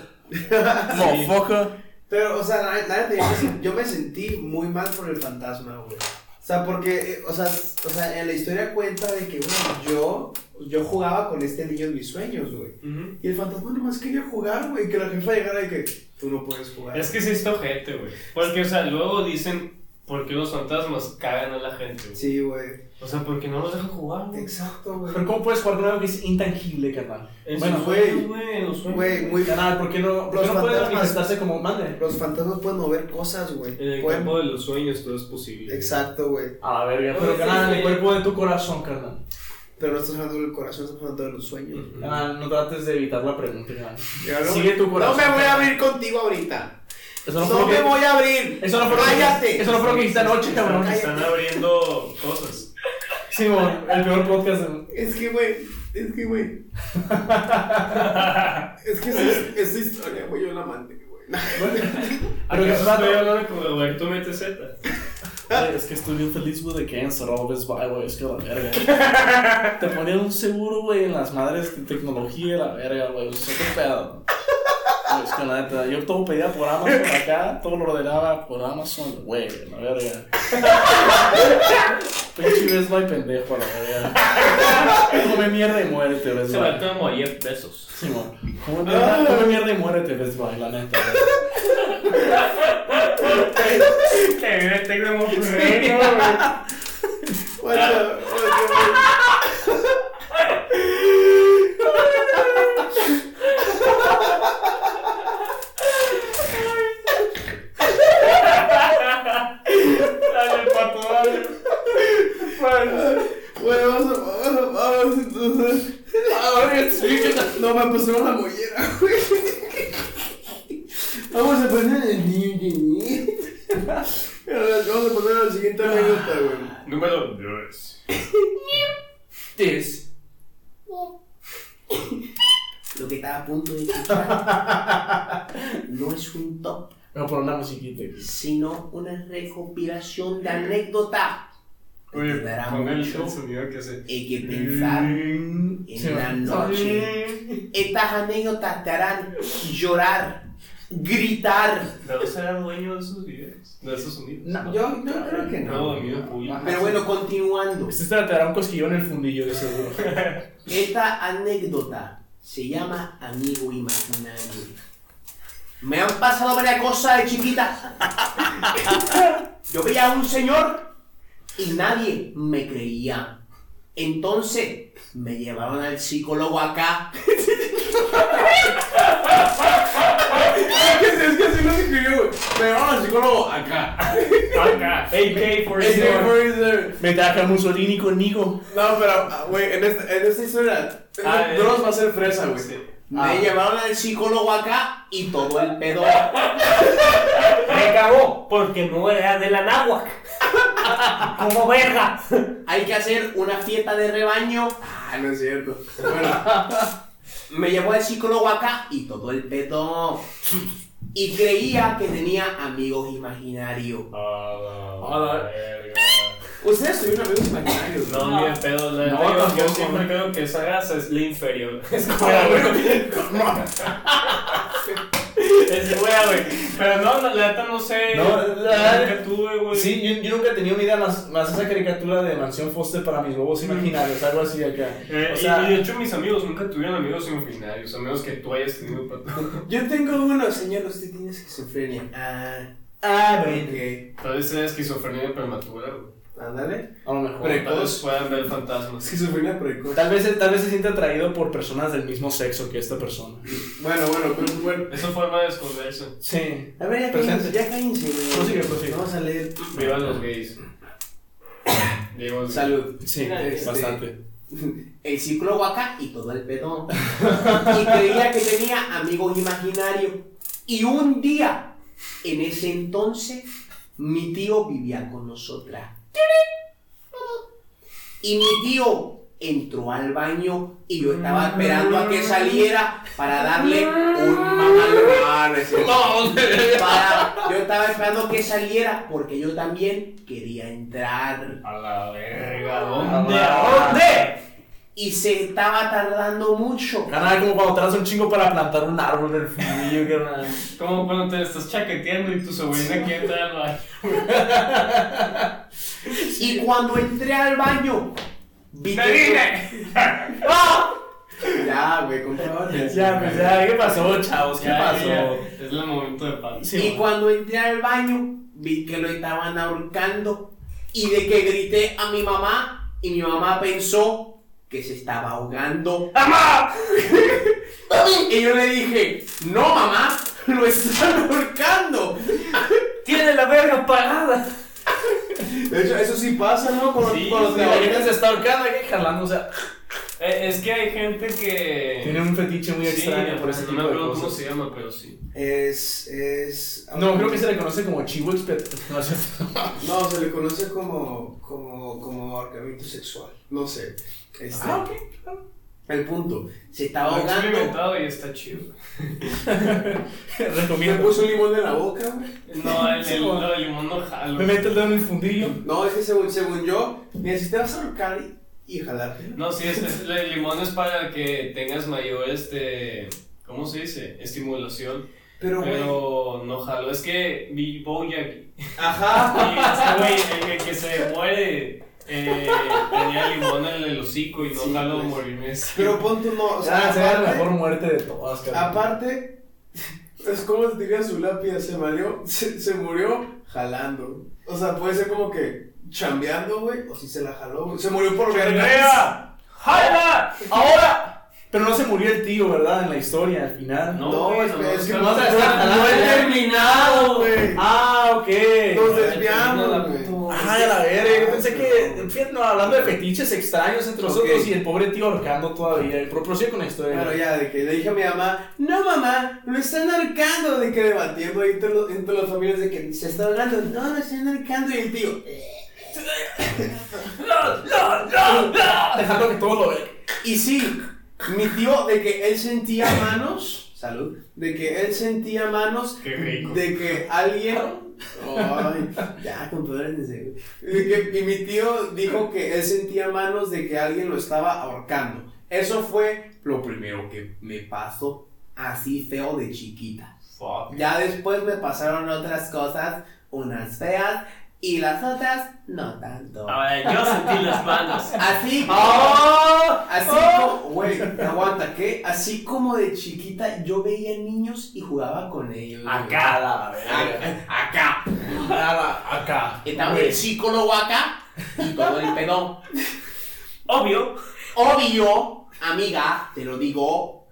C: Mofoco.
A: Pero, o sea, la la neta, yo, me sen- yo me sentí muy mal por el fantasma, güey. O sea, porque, eh, o sea, s- o sea, en la historia cuenta de que, güey, yo, yo jugaba con este niño en mis sueños, güey.
B: Ujú.
A: Y el fantasma nomás quería jugar, güey. Que la jefa llegara y que, tú no puedes jugar.
B: Es que sí está ojete, güey. Porque, o sea, luego dicen por qué los fantasmas cagan a la gente. güey.
A: Sí, güey.
B: O sea, porque no los dejan jugar, güey.
A: Exacto, güey.
C: Pero ¿cómo puedes jugar con algo que es intangible, carnal?
B: En
C: Bueno,
B: sus
A: güey.
B: sueños, güey, en los sueños.
A: Güey, muy...
C: Carnal, ¿por qué no, por qué
A: Los
C: no puede
A: fantasmas.
C: manifestarse como madre?
A: Los fantasmas pueden mover cosas, güey.
B: En el
A: Pueden-
B: campo de los sueños todo es posible.
A: Exacto, güey.
C: A la verga,
F: Pues
C: pero
F: sí,
C: carnal,
F: güey.
C: el cuerpo de tu corazón, carnal.
A: Pero no estás hablando del corazón, estás hablando de los sueños.
B: Ujú.
C: Carnal, no trates de evitar la pregunta, carnal.
A: Y ahora,
C: Sigue
A: güey,
C: tu corazón.
A: No me voy a abrir contigo ahorita.
C: Eso
A: No,
C: no fue lo
A: me
C: que-
A: voy a abrir.
C: Eso no fue lo que-
A: Cállate.
C: Eso no fue lo que hiciste anoche, cabrón.
A: Cállate.
B: Están abriendo cosas.
C: Sí, bueno, el peor podcast del mundo.
A: Es que, güey, es que, güey. es que esa, esa historia, güey, yo la mandé, güey.
C: Pero que
B: ¿Acaso
C: se va a-
B: estoy hablando con Roberto MTZ?
C: Güey, Es que estoy bien feliz, güey, de que hayan cerrado Best Buy, güey. Es que la verga. Te ponían un seguro, güey, en las madres de tecnología, la verga, güey. O sea, qué pedo. Güey, Es que la neta, yo todo pedía por Amazon acá, todo lo ordenaba por Amazon, güey, la verga. Pinche Best Buy pendejo, la verga. Come mierda y muérete, Best
H: Se va
C: Buy.
H: a morir besos.
C: Simón, come mierda, come mierda y muérete, Best Buy, la neta, güey.
B: Que vive Tec de Monterrey, ¿no, güey?
E: Guacha,
B: Dale, pato, dale. Bueno,
E: Bueno, vamos, a- vamos, vamos entonces. No me pusieron la mollera, güey. Vamos a poner el niño de mí. Vamos a poner la siguiente anécdota, güey.
B: Número 2.
H: Tis.
E: Lo que estaba a punto de escuchar no es un top,
C: Me voy a poner una musiquita aquí.
E: sino una recopilación de anécdotas.
B: Oye,
E: Te dará
B: pongan el
E: mucho
B: sonido que hace.
E: hay que pensar
C: Sí,
E: en la
C: man.
E: noche. Estas anécdotas te harán llorar, gritar.
B: ¿La dos era dueño de esos videos? ¿De esos sonidos?
E: No, yo, yo creo que
B: No,
E: no.
B: amigo, puyo.
E: Pero bueno, continuando.
C: Este te dará un cosquillo en el fundillo, de seguro.
E: Esta anécdota se llama Amigo Imaginario. Me han pasado varias cosas de chiquita. Yo veía a un señor y nadie me creía. Entonces me llevaron al psicólogo acá.
B: Es que así no se escribió, güey.
E: Me llevaron al psicólogo acá.
B: Acá.
E: Este
B: AK-47.
C: Me traje a Mussolini conmigo.
E: No, pero, güey, en, esta historia,
B: Ah, eh. Dross
E: va a ser fresa, güey. Me
C: Ah.
E: llevaron al psicólogo acá y todo el pedo.
H: Me cagó porque no era de la náhuac. Como verga.
E: Hay que hacer una fiesta de rebaño. Ah, no es cierto. Bueno, me llevó el psicólogo acá y todo el pedo. Y creía que tenía amigos imaginarios.
B: Hola.
E: Ustedes tuvieron amigos imaginarios,
B: No, mira, pedo, la
C: No,
B: neta, yo- yo
C: tampoco.
B: siempre creo que esa raza es la inferior. Es como,
C: Mira,
B: güey,
C: güey.
B: es wea, güey. Pero no, no, la neta no sé.
C: No, la-
B: nunca tuve, güey.
C: Sí, yo, yo nunca tenía una idea más, más esa caricatura de Mansión Foster para mis huevos imaginarios, algo así acá.
B: Eh,
C: O
B: y-
C: sea,
B: y, de hecho mis amigos nunca tuvieron amigos imaginarios, a menos que tú hayas tenido pato.
E: Yo tengo uno, señor, usted tiene esquizofrenia. Ah,
C: ah, güey.
E: ok.
B: Tal vez sea esquizofrenia prematura, güey.
E: Ándale.
C: A lo mejor.
E: Precoz.
B: Tal vez puedan ver fantasmas.
E: Esquizofrenia precoz.
C: Tal vez, tal vez se siente atraído por personas del mismo sexo que esta persona.
E: Bueno, bueno, pero bueno.
B: Es su forma de esconderse.
C: Sí.
E: A ver, ya cállense,
C: Presente.
E: ya cállense, güey.
C: Prosigue, prosigue.
E: Vamos a leer.
B: Vivan los gays. Vivan los gays.
E: Salud.
C: Sí,
E: Este-
C: bastante.
E: El ciclo acá y todo el pedo. Y creía que tenía amigos imaginarios. Y un día, en ese entonces, mi tío vivía con nosotras. Y mi tío entró al baño y yo estaba esperando a que saliera para darle un mamalón. Ah, no es cierto. Para- yo estaba esperando que saliera porque yo también quería entrar
B: A la verga,
C: A
B: ¿dónde?
C: la-
B: ¿A dónde?
E: y se estaba tardando mucho.
C: Canal como cuando te das un chingo para plantar un árbol en el fundillo, carnal.
B: Como cuando te estás chaqueteando y tu sobrina quiere entrar al baño.
E: Y cuando entré al baño, vi
B: ¡Te vine!
E: Ya, güey, compraba.
C: Ya, pues ya, ¿qué pasó, chavos? ¿Qué
B: Ya,
C: pasó?
B: ya, Es el momento de paz.
C: Sí,
E: Y
C: bueno.
E: cuando entré al baño, vi que lo estaban ahorcando. Y de que grité a mi mamá, y mi mamá pensó que se estaba ahogando. ¡Mamá! y yo le dije, no, mamá, lo están ahorcando.
H: Tiene la verga parada.
E: De hecho, eso sí pasa, ¿no? Con,
B: Sí,
E: con los
B: sí,
C: La gente se
E: ahorcan.
C: está ahorcando aquí jalando, o sea,
B: Eh, es que hay gente que.
C: tiene un fetiche muy
B: Sí,
C: extraño por ese
B: no
C: tipo
B: me
C: de
B: acuerdo cómo
C: cosas.
B: se llama, pero sí.
E: Es. es.
C: No, creo que se le conoce como chivo expert. No, es cierto.
E: No, se le conoce como, como, como ahorcamiento sexual. No sé. Este,
C: Ah, ok.
A: El punto. Se estaba
B: Lo he
A: ahogando.
B: experimentado y está chido.
A: Me
C: Recomiendo.
A: puso un limón en la boca, güey.
B: No, el,
C: Sí,
B: el,
C: bueno.
B: lo del limón no jalo.
C: Me meto el dedo en el fundillo.
A: No, es que según, según yo, necesitas ahorcar y, y jalar.
B: No, sí, es, es- el limón es para que tengas mayor, este, ¿cómo se dice? Estimulación.
A: Pero, güey.
B: Pero no jalo. Es que vi Bojack
A: Ajá.
B: Y ese Este güey, el que- que se muere, eh, tenía limón en el hocico y no
A: Sí,
B: jalo
A: pues.
B: morirme. así.
A: Pero pon tú, no. O sea,
C: Ah, sería la
A: aparte-
C: mejor muerte de todas, cabrón.
A: Aparte, es como si tenía su lápida, se murió, se, se murió jalando. O sea, puede ser como que chambeando, güey, o si se la jaló, güey. Se murió por verga.
F: ¡Vea! ¡Jala! ¡Ahora!
C: Pero no se murió el tío, ¿verdad? En la historia, al final.
B: No,
A: No,
B: güey,
A: es
B: no,
A: que-
B: no,
A: es que
B: no,
A: no
B: no,
A: se-
B: no, no,
C: no he
F: terminado,
A: güey.
C: Ah, ok.
A: Nos
B: de-
A: desviamos,
B: la
A: güey.
C: Ay, a la verga, yo pensé que, fíjate, no, hablando de fetiches extraños entre nosotros
A: Ok.
C: y el pobre tío ahorcando todavía, y pro- prosigue con la historia.
A: Bueno, ya, de que le dije a mi mamá, no mamá, lo están arcando, de que debatiendo ahí entre, los- entre las familias de que se está hablando, no, lo están arcando, y el tío,
C: Dejando que todo lo vean.
A: Y sí, mi tío, de que él sentía manos. Salud. De que él sentía manos.
B: Qué rico.
A: De que alguien. Ay, ya, compárense. De que, y mi tío dijo que él sentía manos de que alguien lo estaba ahorcando. Eso fue lo primero que me pasó así feo de chiquita.
B: Fuck.
A: Ya después me pasaron otras cosas, unas feas, y las otras no tanto.
E: Ah,
F: Ahora yo sentí las manos.
A: Así
E: ah,
A: Así como, güey, aguanta, ¿qué? Así como de chiquita yo veía niños y jugaba con ellos. güey.
F: Acá.
C: la verga.
A: Acá.
C: Nada, acá.
E: Estaba
C: Güey.
E: el psicólogo acá y todo el pedo.
F: Obvio.
E: Obvio, amiga, te lo digo,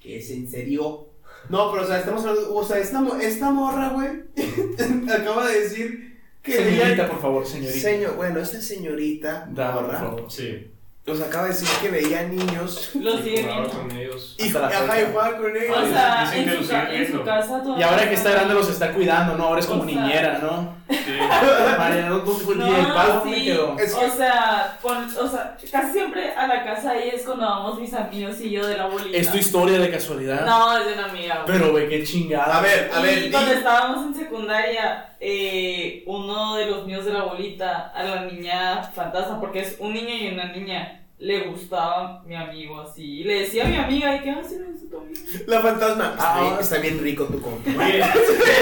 E: que es en serio.
A: No, pero o sea, estamos hablando, o sea, esta, mo- esta morra, güey, acaba de decir que
C: Señorita,
A: veía...
C: por favor, señorita.
A: Señor, bueno, esta señorita,
C: Dame, por
A: morra,
C: favor.
B: Sí,
A: nos acaba de decir que veía niños
G: Lo sigue
B: jugaba
G: viendo.
B: con ellos.
A: y,
C: Hasta la
A: ajá,
C: fecha.
A: y jugaba con ellos.
G: O sea,
B: Dicen
G: en
B: que lo
G: su,
B: sigue
G: ca- en
B: viendo.
G: su casa todavía.
C: Y ahora que está grande los está cuidando, ¿no? Ahora es como
G: O sea-
C: niñera, ¿no?
B: Sí.
C: Vale, no, no, no, y el palo me
G: sí.
C: quedó.
A: Es que-
G: O sea, con- o sea, casi siempre a la casa ahí es cuando vamos mis amigos y yo de la bolita.
C: Es tu historia de casualidad.
G: No, es de una amiga. güey.
C: Pero, güey, qué chingada.
A: A ver, a ver,
G: y
A: di-
G: cuando estábamos en secundaria, eh, uno de los míos de la bolita, a la niña fantasma, porque es un niño y una niña, le gustaba mi amigo así. Y le decía a mi amiga, ¿y qué haces tu amigo?
A: la fantasma.
C: Ah,
A: Está bien- está bien rico tu compa.
B: Oye,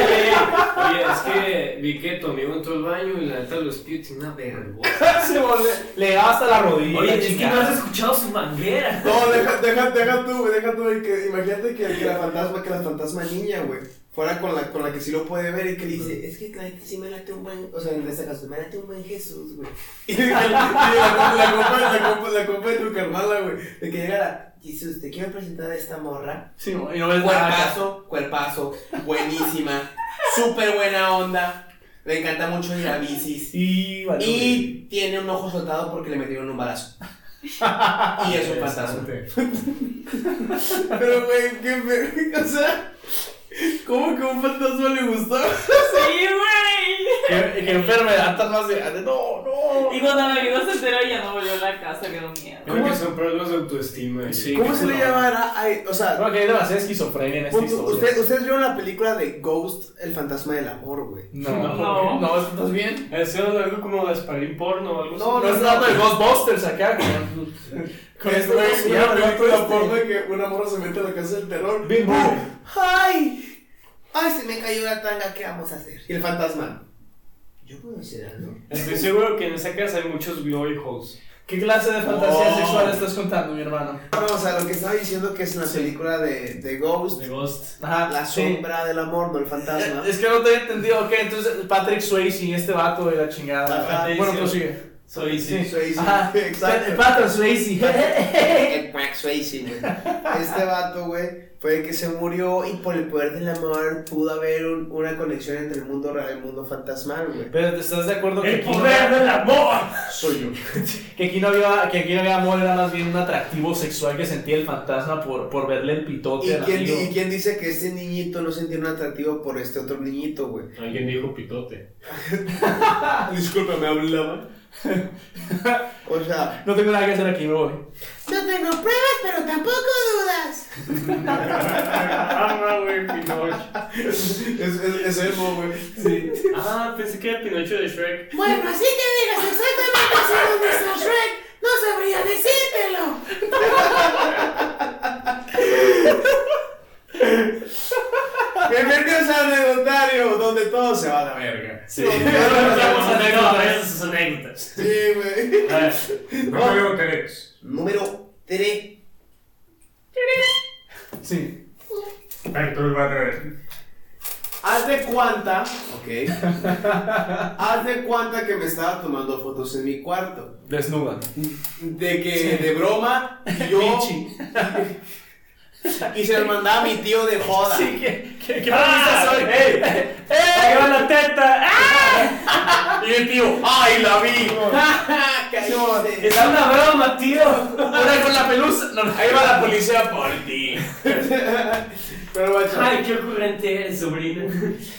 B: oye, es que vi que tu amigo entró al baño y la neta lo espió y tiene una vergüenza.
C: Se volvió- Le daba hasta la rodilla.
F: Oye,
C: la
F: es que
C: chingada.
F: no has escuchado su manguera.
A: No, deja, deja, deja tú, güey, deja tú, güey, que imagínate que, que la fantasma, que la fantasma niña, güey, fuera con la, con la que sí lo puede ver y que le dice, es que la neta sí me late un buen, o sea, en ese caso, me late un buen Jesús, güey. Y, la, y la, la compa, la compa, la compa de tu carnala, güey, de que llegara, Jesús, te quiero presentar a esta morra.
C: Sí, no, y no ves nada.
A: Cuerpazo, cuerpazo, buenísima, súper buena onda, le encanta mucho ir a bicis.
C: Y, vale, güey.
A: Y tiene un ojo soltado porque le metieron un balazo. y es un fantasma. Pero, güey, qué verga, o sea, ¿cómo que un fantasma le gustó?
G: Sí, güey.
C: Qué, qué enfermedad tan más grande. No, no.
G: Y cuando mi amigo se enteró, ya no volvió a la casa, quedó miedo.
B: Creo que son problemas de autoestima.
C: Sí.
A: ¿Cómo se le
C: culo.
A: llamará? Ay, o sea,
C: Creo que hay demasiada esquizofrenia en esta
A: punto,
C: historia.
A: usted- ustedes vieron la película de Ghost, el fantasma del amor, güey.
C: No,
G: No.
C: no, ¿estás bien?
B: Eso es algo como Gasparín porno o algo
A: No,
C: No,
A: no,
C: es
A: no.
C: nada de Ghostbusters acá. Con, con este güey.
A: es una película porno de este que una morra se mete a la casa del terror.
C: Bill Murray.
A: ¡Ay! ¡Ay, se me cayó la tanga! ¿Qué vamos a hacer? Y el fantasma. Yo puedo hacer algo.
B: Estoy seguro que en esa casa hay muchos glory holes.
C: ¿Qué clase de fantasía
A: No.
C: sexual estás contando, mi hermano?
A: No, o sea, lo que estaba diciendo que es una película de, de Ghost,
B: De Ghost.
C: Ajá,
A: la sombra del amor, no el fantasma.
C: Es que no te he entendido, ok, entonces Patrick Swayze, este vato de la chingada.
A: Ajá.
C: bueno, prosigue.
B: Soy sí.
A: Eso ahí sí,
C: Ajá.
A: exacto.
C: Patrick Swayze.
A: El Max Swayze, güey. Este vato, güey, fue el que se murió y por el poder del amor pudo haber un- una conexión entre el mundo real y el mundo fantasmal, güey.
C: Pero ¿te estás de acuerdo que
F: El
C: aquí, no,
F: poder del amor.
A: Soy yo.
C: que aquí no había que aquí no había amor, era más bien un atractivo sexual que sentía el fantasma por, por verle el pitote
A: ¿Y
C: al
A: quién,
C: amigo?
A: y quién dice que este niñito no sentía un atractivo por este otro niñito, güey?
B: Alguien dijo pitote.
A: Disculpa, me hablaba. O sea,
C: No tengo nada que hacer aquí, me voy.
A: no tengo pruebas, pero tampoco dudas.
B: Ah, güey, Pinocho.
A: Es, es, es emo, güey.
B: Sí. Ah, pensé que era Pinocho de Shrek.
D: Bueno, así que digas exactamente así dónde está Shrek. No sabría decírtelo.
A: Bienvenidos al anecdotario, donde todo se va a la verga.
B: Sí.
F: Contamos anécdotas, sus anécdotas.
A: Sí, güey.
F: A ver,
A: Número
F: tres.
A: Número 3.
C: Sí.
A: Haz de cuenta. Ok. Haz de cuenta que me estaba tomando fotos en mi cuarto.
C: Desnuda.
A: De que, de broma, yo.
C: Pinchi.
A: y se lo mandaba a mi tío de joda.
C: Sí, qué, qué, qué
F: ¡Ah!
C: bonita soy.
F: ¡Ey! ¡Ahí va la teta! ¡Ah!
C: Y mi tío, ¡ay, la vi!
A: Cállate.
F: ¡Es una broma, tío!
C: Una con la pelusa. No, no.
F: Ahí va la policía por ti.
A: Pero macho.
F: Ay, qué ocurrente eres, sobrino.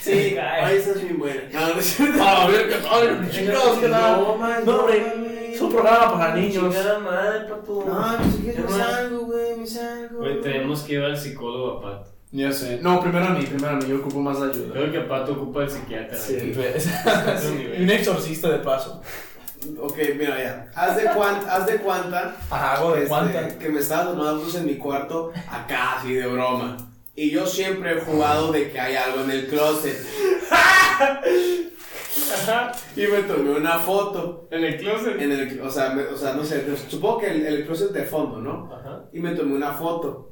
A: Sí,
F: Ay.
A: ahí estás bien buena. No, no es cierto.
C: A ver, que ay, chingados, que nada.
A: No, man,
C: No,
A: no,
C: hombre,
A: man.
C: es un programa para niños.
F: Chingada madre, papu.
A: No, ni siquiera me
F: Hermano.
A: salgo, güey, me salgo.
B: Ah, Güey, tenemos que ir al psicólogo a Pato.
C: Ya sé. No, primero a mí, primero a mí, yo ocupo más ayuda.
B: Creo que Pato ocupa el psiquiatra.
C: Sí,
B: güey.
C: pues.
B: nivel.
C: Y un exorcista de paso.
A: Ok, mira, ya. Haz de cuanta, haz de cuanta.
C: Ajá, hago de
A: este,
C: cuánta.
A: que me estaba tomando luz en mi cuarto, acá, así de broma. Y yo siempre he jugado de que hay algo en el closet. y me tomé una foto.
B: En el closet.
A: En el, o, sea, me- o sea, no sé, supongo que el, el closet de fondo, ¿no?
B: Ajá.
A: y me tomé una foto.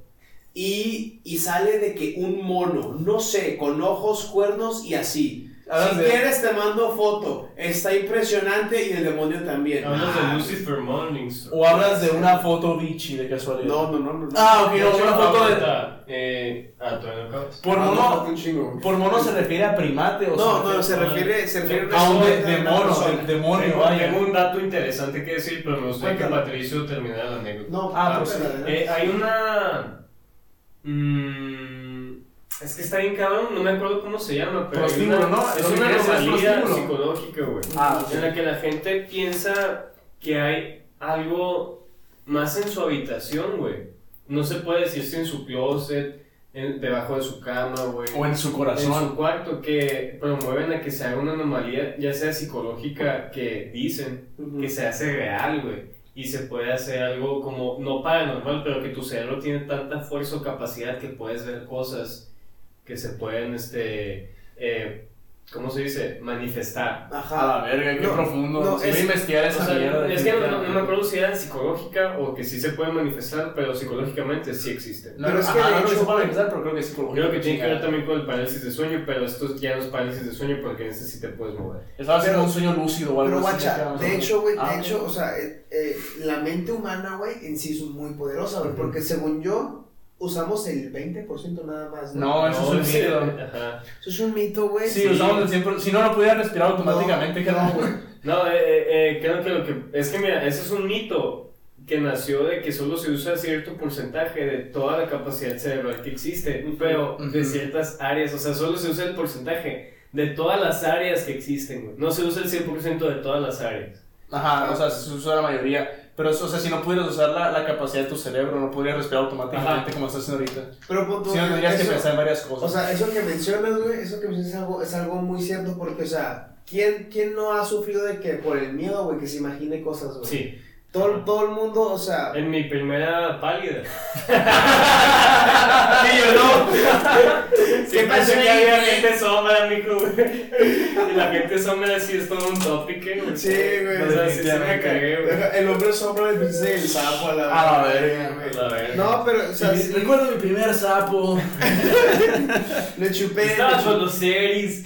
A: Y, y sale de que un mono, no sé, con ojos, cuernos y así.
C: Hablas
A: si
C: de-
A: quieres te mando foto. Está impresionante y el demonio también.
B: Hablas de
A: Ah,
B: Lucifer Morningstar.
C: O hablas de una foto bichi de casualidad.
A: No, no, no, no. no.
C: Ah, ok,
B: De
C: no,
B: hecho,
C: una
B: no,
C: foto de.
B: ahorita, Eh. Ah, todavía no acabas.
C: Por
A: Ah, no,
C: mono.
A: falta un chingo.
C: Por mono se refiere a primate o
A: No, no,
C: se
A: se refiere, se refiere
C: refiere a un de-
A: persona, una
C: demonio,
A: persona.
C: de- demonio,
B: tengo,
C: vaya.
B: tengo un dato interesante que decir, pero me gustaría que
A: Cuéntalo.
B: Patricio terminara la anécdota.
A: No,
C: Ah,
A: ah,
C: pues,
A: pues
B: Eh, hay una. mm, es que está bien cabrón, no me acuerdo cómo se llama, pero. hay
C: Prostíbulo,
B: una-
C: ¿no?
B: Es
C: Lo que
B: una
C: quieres es
B: anomalía
C: prostíbulo.
B: psicológica, güey.
C: Ah, ok.
B: En la que la gente piensa que hay algo más en su habitación, güey. No se puede decir si en su closet, en- debajo de su cama, güey.
C: O en su
B: En su
C: corazón.
B: cuarto, que promueven a que se haga una anomalía, ya sea psicológica, que dicen que se hace real, güey. Y se puede hacer algo como, no paranormal, pero que tu cerebro tiene tanta fuerza o capacidad que puedes ver cosas que se pueden, este, eh, ¿cómo se dice? Manifestar.
A: Ajá.
C: A la verga, qué
A: No,
C: profundo.
A: no,
C: Si voy
A: es-
C: a investigar
B: O
C: esa
B: sea,
C: mierda.
B: es que no, no- no me
C: definitivamente.
B: acuerdo si era psicológica o que sí se puede manifestar, pero psicológicamente sí existe.
C: No,
A: Pero
C: no,
A: es
C: ajá,
A: que de
C: no, no,
A: hecho-
C: se puede analizar, pero creo que es psicología.
B: Creo que tiene que ver también con el parálisis de sueño, pero esto ya no es parálisis de sueño porque en ese sí te puedes mover.
C: Estaba haciendo
A: Pero-
C: un sueño lúcido o algo
A: Pero
C: así.
A: guacha,
C: ¿no?
A: de hecho, güey,
C: Ah,
A: de hecho, o sea, eh, eh, la mente humana, güey, en sí es muy poderosa, güey, porque según yo, usamos el 20% nada más, ¿no?
C: No, Oh, eso
B: No,
C: es
B: sí,
C: un miedo.
B: ajá.
A: Eso es un mito, güey.
C: Sí, usamos el 100%. Si no, no pudiera respirar automáticamente, que
A: no,
C: no,
A: güey.
B: No, eh, eh, eh, creo que lo que. Es que mira, ese es un mito que nació de que solo se usa cierto porcentaje de toda la capacidad cerebral que existe, pero de
C: Ujú.
B: ciertas áreas, o sea, solo se usa el porcentaje de todas las áreas que existen, güey. No se usa el 100% de todas las áreas.
C: Ajá, o sea, se usa la mayoría. Pero, o sea, si no pudieras usar la, la capacidad de tu cerebro, no podrías respirar automáticamente
B: Ajá.
C: como estás haciendo ahorita.
A: Pero punto,
C: Si no, tendrías que
A: eso-
C: pensar en varias cosas.
A: O sea, eso que mencionas, güey, eso que mencionas es algo, es algo muy cierto porque, o sea, ¿quién, ¿quién no ha sufrido de que por el miedo, güey, que se imagine cosas, güey?
B: Sí,
A: Todo, todo el mundo, o sea...
B: en mi primera pálida.
C: sí, yo no.
B: Sí, pensé que había gente sombra, mijo, güey. Y la gente sombra sí es todo un tópico, güey.
A: Sí, güey.
B: O sea, sí se me cagué, güey.
A: El hombre sombra le dice el sapo a la...
C: A la verga, güey.
B: La verga.
A: No, pero, o sea, sí,
C: Recuerdo mi primer sapo.
A: le chupé... le
B: Estaba
A: chupé-
B: con los series.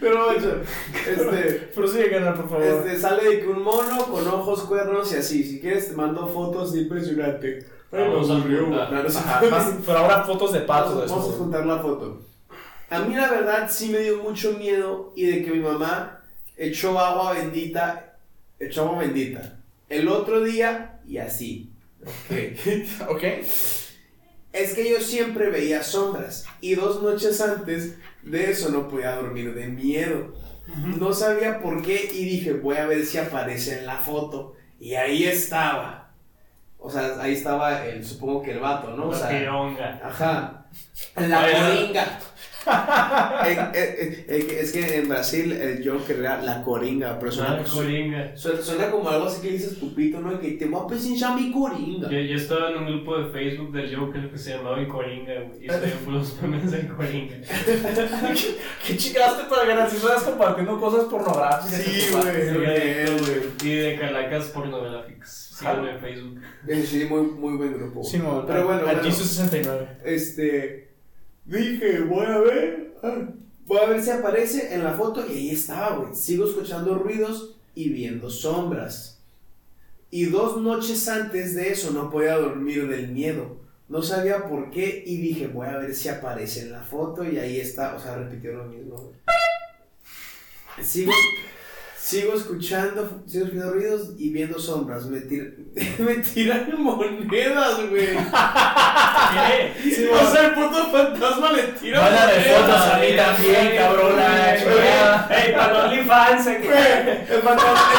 A: Pero, macho, este...
C: Prosigue, canal, por favor.
A: Este, sale de que un mono con ojos, cuernos y así. Si quieres, te mando fotos de impresionante.
B: Vamos a juntar.
A: Claro, sí.
C: Ajá, más- pero ahora fotos de patos. de
A: Vamos a
C: eso.
A: juntar la foto. A mí, la verdad, sí me dio mucho miedo y de que mi mamá echó agua bendita, echó agua bendita. El otro día y así.
C: Ok.
A: Es que yo siempre veía sombras y dos noches antes de eso no podía dormir de miedo. No sabía por qué y dije, voy a ver si aparece en la foto. Y ahí estaba. O sea, ahí estaba el, supongo que el vato, ¿no? O
F: Una
A: sea,
F: pironga.
A: ajá.
E: La
B: Oye, no.
E: coringa.
A: Eh, eh, eh, es que en Brasil el Joker era la coringa, pero suena, pues
B: Ah, coringa.
A: suena- suena como algo así que dices pupito, ¿no? Que te voy a presentar mi coringa.
B: Yo, yo estaba en un grupo de Facebook del Joker que se llamaba El Coringa, güey. Y salían puros memes del Coringa.
C: ¿Qué chingaste para ganar si estás compartiendo cosas pornográficas?
A: Sí,
C: en tu
A: güey.
C: cuarto?
A: bien, güey.
B: Y de Calacas Pornográficas. Síganme en Facebook.
A: Eh, Sí, muy, muy buen grupo.
C: Sí, no,
A: pero bueno,
C: a
A: bueno.
C: Jesus 69.
A: este, dije, voy a ver, ah, voy a ver si aparece en la foto y ahí estaba, güey. Sigo escuchando ruidos y viendo sombras. Y dos noches antes de eso no podía dormir del miedo. No sabía por qué y dije, voy a ver si aparece en la foto y ahí está, o sea, repitió lo mismo, güey. Sigo, sigo escuchando, sigo escuchando ruidos y viendo sombras. Me, tir- me tiraron monedas, güey.
F: ¿Qué?
A: Sí, o sea, el puto fantasma le tira.
C: Mala de
A: monedas.
C: fotos a mí también, cabrona. chingada.
F: Ey, para los OnlyFans, ¿eh?
A: El fantasma,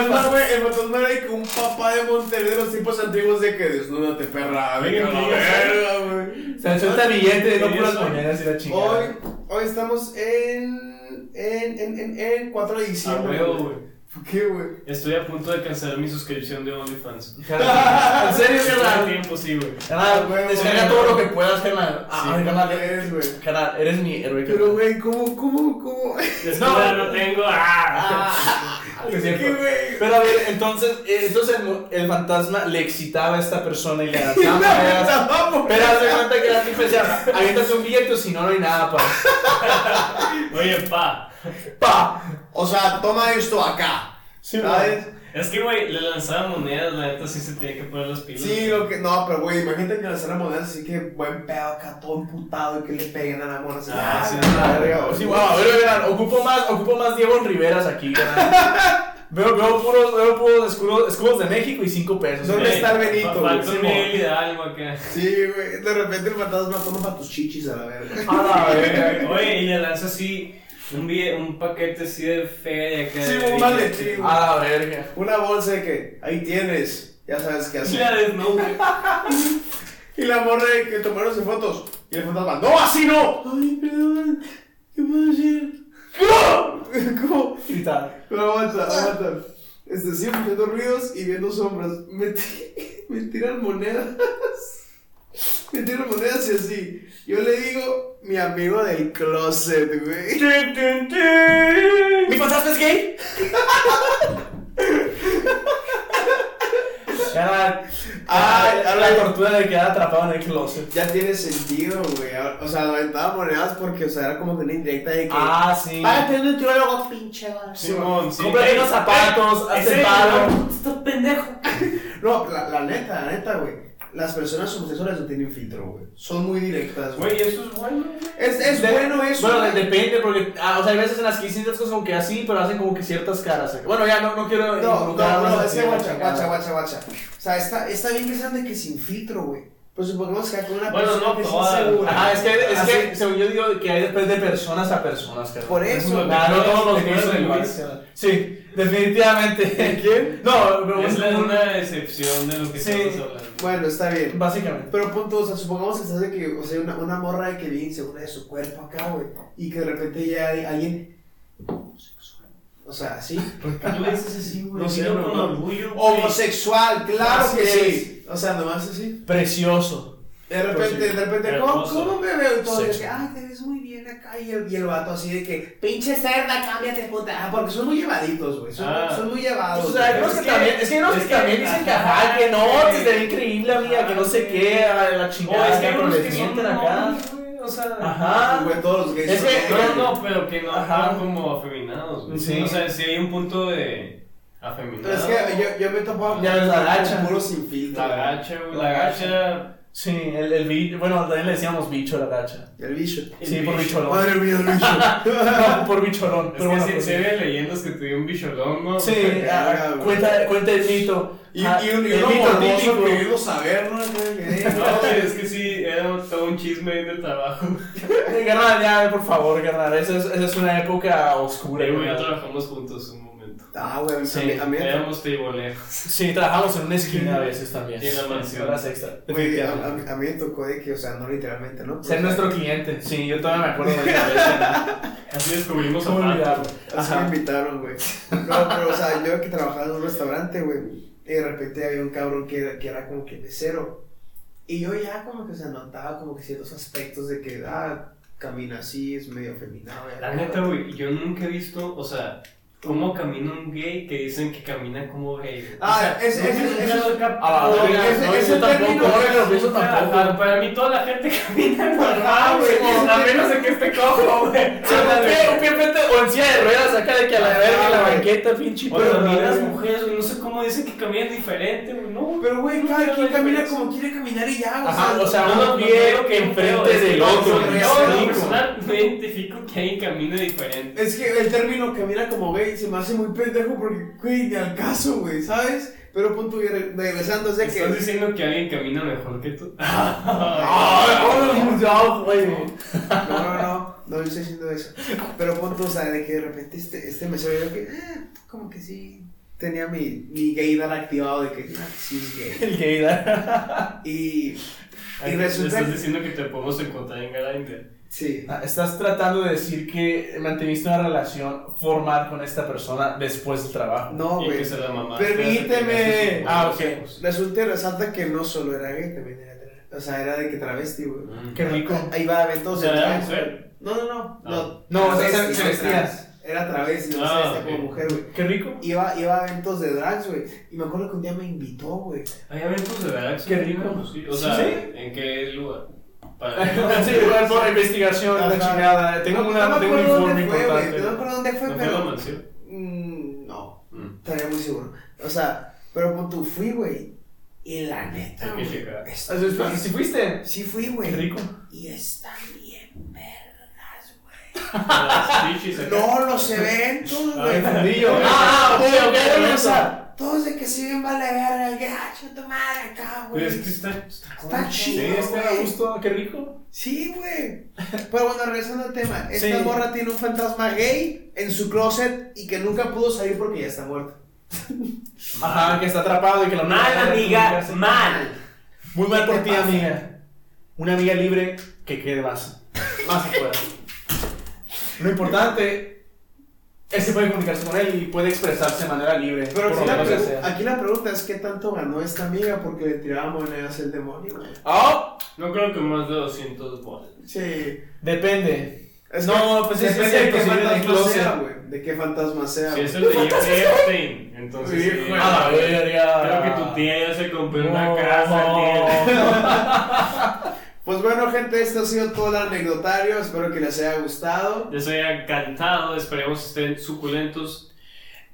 A: el fantasma, güey, el fantasma era que un papá de Monterrey de los tipos antiguos de que desnúdate, perra. Venga, la verga, güey.
C: Se suelta billete, no
B: Yo
C: puras
B: soy-
C: monedas y la chingada.
A: Hoy, hoy estamos en. en, en, en, en 4 de
B: A
A: diciembre.
B: huevo, güey.
A: ¿Por qué, güey?
B: Estoy a punto de cancelar mi suscripción de OnlyFans.
C: Carnal, En serio,
B: Todo el
C: carnal.
B: tiempo, sí, güey.
A: Ah,
C: Carnal,
A: huevo,
C: descarga
A: güey.
C: todo lo que puedas, carnal.
A: Sí,
C: Ah, carnal,
A: eres, güey.
C: carnal, eres mi héroe.
A: Pero,
C: carnal.
A: güey, ¿cómo, cómo, cómo?
B: Ah,
F: Desnuda no tengo. Ah.
C: Es cierto.
A: ¿Qué, güey?
C: Pero a ver, entonces, eh, entonces el, mu- el fantasma le excitaba a esta persona y le
A: La
C: lanzaba monedas.
A: neta, vamos.
C: Pero haz de cuenta que la tipa decía, aviéntate un billete o si no, no hay nada, pa.
B: Oye, pa.
C: ¡Pa!
A: O sea, toma esto acá.
C: Sí,
A: ¿Sabes?
B: Es que, güey, le lanzaba monedas, la neta sí se tenía que poner las pilas.
A: Sí, lo que. No, pero güey, imagínate que lanzaran monedas así que buen pedo acá, todo emputado y que le peguen a la mona así.
B: Ah,
A: ah,
B: sí,
A: la verga,
C: Sí,
A: güey.
C: wow, pero verán, ocupo más, ocupo más Diego Riveras aquí, ¿verdad? Veo, veo puros, veo puros escudos, escudos de México y 5 pesos.
A: ¿Dónde
B: Ey,
A: está el Benito,
B: fa-
A: güey?
B: Eh, Falta un
A: Sí,
B: Miguel Hidalgo acá.
A: Sí, güey. De repente el fantasma toma para tus chichis a la verga.
C: A la verga.
B: Oye, y le lanza así un, bille- un paquete así de feria acá.
A: Sí,
B: de
A: un maletín.
B: billetes.
C: A la verga.
A: Una bolsa de que ahí tienes. Ya sabes qué
B: Y
A: hacer.
B: la desnuda.
A: Y la morra de que tomaron sus fotos. Y el fantasma, ¡No, así no! Ay, perdón. ¿Qué puedo hacer? ¿Cómo? ¿Cómo?
C: Gritar.
A: Pero aguanta, aguanta. Este, sí, escuchando ruidos y viendo sombras. Me, ti- me tiran monedas. Me tiran monedas y así. Yo le digo, mi amigo del closet, güey.
C: ¿Mi fantasma es gay? Era,
A: Ay,
C: era
A: ay.
C: la tortura de quedar atrapado en el closet.
A: Ya tiene sentido, güey. Ahora- O sea, aventaba monedas porque, o sea, era como que una indirecta de que.
C: Ah, sí.
D: Párate un nutriólogo, pinche vas.
B: Simón, sí.
C: Cómprate
B: Ey,
C: unos zapatos,
B: ey,
C: hazte
B: ese-
C: paro.
F: Estás pendejo.
A: No, la, la neta, la neta, güey. Las personas homosexuales no tienen filtro, güey. Son muy directas, güey.
B: Güey, eso es bueno, güey.
A: Es, es
C: De-
A: bueno eso.
C: Bueno,
A: güey.
C: de- depende, porque ah, o sea, hay veces en las que dicen las cosas como que así, pero hacen como que ciertas caras. Bueno, ya no, no
A: No,
C: quiero. involucrar
A: no,
C: más
A: no,
C: a
A: es
C: ti,
A: que guacha,
C: cara.
A: guacha, guacha, guacha. O sea, está, está bien que sean de que sin filtro, güey. Pero supongamos que con una
B: Bueno,
A: persona
B: no
A: que es
B: todas.
A: insegura.
C: Ajá, Ah, es que, es
A: Así-
C: que según yo digo que hay después de personas a personas, cara.
A: Por eso.
C: Nah, no todos los
B: ¿Te
C: gays
B: acuerdas
C: son
B: de
C: iguales,
B: Luis?
C: cara. Sí, definitivamente. ¿Quién? No, pero
B: Es la-
C: un-
B: una excepción de lo que
C: Sí.
B: estamos hablando.
A: Bueno, está bien.
C: Básicamente.
A: Pero punto, o sea, supongamos que estás de que, o sea, una, una morra de que viene insegura de su cuerpo acá, güey. Y que de repente ya hay alguien homosexual. O sea, sí.
B: ¿Por qué le dices así, güey?
A: No sé,
B: Dilo
A: no,
B: con
A: no.
B: orgullo. güey.
A: Homosexual, claro
C: Así
A: que
C: es.
A: sí. O sea, nomás así.
C: Precioso.
A: De
C: Pues
A: repente, de repente, ¿cómo,
B: Hermoso.
A: ¿cómo me veo? Y "Ah, todo, de
C: Sexy.
A: que, ay, te ves muy bien acá. Y el, y el vato así de que, pinche cerda, cámbiate, puta. Ah, porque son muy llevaditos, güey. Son,
B: Ah.
A: son muy llevados.
C: O sea, Pues, hay
A: güey.
C: unos que, también, es que hay unos
B: es
C: que
B: que-
C: también dicen que
B: ajá,
C: ajá, que no,
B: güey.
C: que se ve increíble, amiga, que no sé qué, a la
B: O
C: chingada,
B: es que hay
C: pero
B: unos
C: les
B: que son
C: mienten Ah, acá.
B: nobles, güey, O sea.
C: Ajá.
A: Güey, todos los gays.
C: Ah. Es
A: son
C: que-
A: gays.
B: No, no, pero que no
C: Ajá.
B: están como afeminados, güey.
C: Sí.
B: O sea, sí hay un punto de afeminado.
A: Pero es que yo, yo me topaba
C: Ya ves, la gacha.
A: puro sin filtro.
B: La
A: güey.
B: gacha, güey.
C: La
B: La gacha.
C: Sí, el, el bicho, bueno, también le decíamos bicho a la gacha.
A: El bicho.
B: El
C: Sí, por
B: bicho.
C: bicholón.
A: Madre mía, el bicho.
C: No, por bicholón.
B: Es
C: pero
B: que
C: bueno,
B: sí,
C: pues,
B: sí había leyendas que tuvieron un bicholongo.
C: Sí, ah,
A: güey.
C: cuenta, cuenta el mito.
A: y,
C: Ah,
A: y un, y
C: el
A: uno
C: mito
A: morboso
C: típico.
A: que vimos saber, ¿no? Que-
B: No, güey, es que sí, era pedo, todo un chisme en el trabajo.
C: Carnal, ya, por favor, carnal. Esa es, esa es una época oscura,
B: Pero güey,
C: carnal.
B: trabajamos juntos un momento.
A: Ah, güey, a mí-
B: Sí,
A: a mí- a mí me
B: éramos triboleros.
C: Sí, trabajamos en una esquina a veces también.
B: Y en la mansión.
C: Horas extra.
A: Güey, a, a- a mí me tocó de que, o sea, no literalmente, ¿no? Pero, o sea,
C: Ser nuestro cliente. Sí, yo todavía me acuerdo de esa vez.
B: Así descubrimos
C: ¿Cómo
B: a Pato.
C: olvidarlo?
A: Así
C: Ajá.
A: me invitaron, güey. No, pero, o sea, yo que trabajaba en un restaurante, güey. Y de repente había un cabrón que, era- que era como que mesero. Y yo ya como que se notaba como que ciertos aspectos de que, ah, camina así, es medio feminado.
B: La neta, güey, yo nunca he visto, o sea, cómo camina un gay que dicen que camina como gay. O
A: Ah,
B: sea,
A: es, es,
B: nunca-
A: es, Ah,
B: nunca lo he
C: A la
B: No,
C: verga,
A: ese-
C: Ah, no,
A: ese
C: yo tampoco.
A: término-
C: Ahora que lo pienso
B: captado.
C: tampoco.
B: Ah, Para mí toda la gente camina normal,
A: güey,
B: güey. A menos de que esté cojo, güey.
C: Sí, un pie- un pie enfrente o en silla de ruedas acá de que a
A: Ah,
C: la verga en la banqueta, pinche
B: O también
C: perro.
B: las mujeres, güey, no sé cómo dicen que caminan diferente, güey, no.
A: Pero, güey,
B: no
A: cada
B: veo
A: quien
B: la
A: camina
B: diferencia.
A: como quiere caminar y ya, o
C: Ajá,
A: sea.
C: o sea,
B: No,
C: uno
B: no,
C: pie
B: no, no,
C: enfrente
B: no,
C: del
B: no,
C: otro.
B: no,
A: güey,
B: Yo, en
A: es
B: lo
A: rico.
B: personal, me identifico que alguien camina diferente.
A: Es que el término camina como gay se me hace muy pendejo porque, güey, ni al caso, güey, ¿sabes? Pero punto, y re- regresando, o sea que. Ah,
B: ¿Estás diciendo que alguien camina mejor que tú?
C: Ay, no, güey.
A: No, no, no, no, yo estoy diciendo eso. Pero punto, o sea, de que de repente este, este mesero yo que, ah, como que sí, tenía mi, mi gaydar activado de que ah, sí es gay.
C: El gay, ¿verdad?
A: Y, y
B: ¿Me
A: resulta
B: Estás
A: que,
B: diciendo que te podemos encontrar en Galandia.
A: sí,
C: Ah, Estás tratando de decir que mantuviste una relación formal con esta persona después del trabajo.
A: no,
B: y que
A: Oh, güey.
B: se la mamá.
A: Permíteme.
C: Ah, ok.
A: Resulta y resalta que no solo era gay, también era, tra- o sea, era de que travesti, güey.
B: Mm.
C: Qué rico.
A: Ahí va a eventos de
B: ¿Era
A: traje.
B: mujer?
A: No, no, no. No,
C: No, o sea,
A: Travesti,
C: se- se
A: no,
C: vestía.
A: trans. Era travesti, no
B: Ah,
A: se vestía como
B: ok.
A: mujer, güey.
C: Qué rico.
A: Iba, iba a eventos de drags, güey. Y me acuerdo que un día me invitó, güey.
B: Hay eventos de verdad que son
C: Qué
B: bien
C: rico.
B: buenos, sí. O sea,
C: ¿Sí?
B: ¿en qué lugar? Para
C: Sí, igual por investigación,
A: Ajá.
C: la chingada. Tengo, una,
A: no me
C: tengo un
A: acuerdo
C: informe
A: dónde fue, güey.
C: importante.
A: No me acuerdo dónde fue,
B: ¿No fue la
A: pero.
B: mansión?
A: Mm, no,
B: Mm.
A: estaría muy seguro. O sea, pero como tú fui, güey. Y la neta,
B: Hay que
A: güey.
B: checar.
A: está-
C: Ah, sí, sí, sí fuiste?
A: Sí fui,
C: Qué
A: güey.
C: rico.
A: Y está bien vergas, güey.
B: Las chichis
C: ¿eh?
B: acá.
A: No, los eventos,
B: Ay,
A: güey.
C: fundillo.
A: Ah,
C: Ah,
A: güey,
C: ok, ok,
A: güey,
C: ok.
A: o sea, Todos de que sí bien vale verga, el gacho, tu madre acá, güey.
B: Pero es que está. está
A: Está
B: con-
A: chido.
C: Pues, Sí, este era gusto. Qué rico.
A: Sí, güey. Pero bueno, regresando al tema, esta
C: Sí.
A: morra tiene un fantasma gay en su closet y que nunca pudo salir porque ya está muerta.
C: Ajá, que está atrapado y que lo
F: Mal, amiga, mal.
C: Muy mal
A: ¿Qué te
C: por ti,
A: pasa?
C: amiga. Una amiga libre que quede más, más afuera. Lo importante es que puede comunicarse con él y puede expresarse de manera libre.
A: Pero
C: por
A: aquí
C: lo
A: la,
C: menos que
A: pregu-
C: sea.
A: aquí la pregunta es qué tanto ganó esta amiga porque le tiraba monedas el demonio. güey.
C: ¡Oh!
B: No creo que más de 200 bolas.
A: Sí.
C: Depende.
A: Es
C: No,
A: que
C: pues sí, sí,
A: depende
C: sí,
A: de qué
C: inclusive de
A: fantasma
C: closet.
A: sea, güey. De qué fantasma sea.
B: Si
A: güey.
B: es el de Jeffrey Epstein, entonces.
A: Sí,
B: sí. Ah,
A: güey.
C: A Ah, la verga.
B: Creo que tu tía ya se compró una
C: Ah. No.
B: casa, tío.
A: Pues bueno, gente, esto ha sido todo el anecdotario. Espero que les haya gustado.
B: Les haya encantado, esperemos que estén suculentos.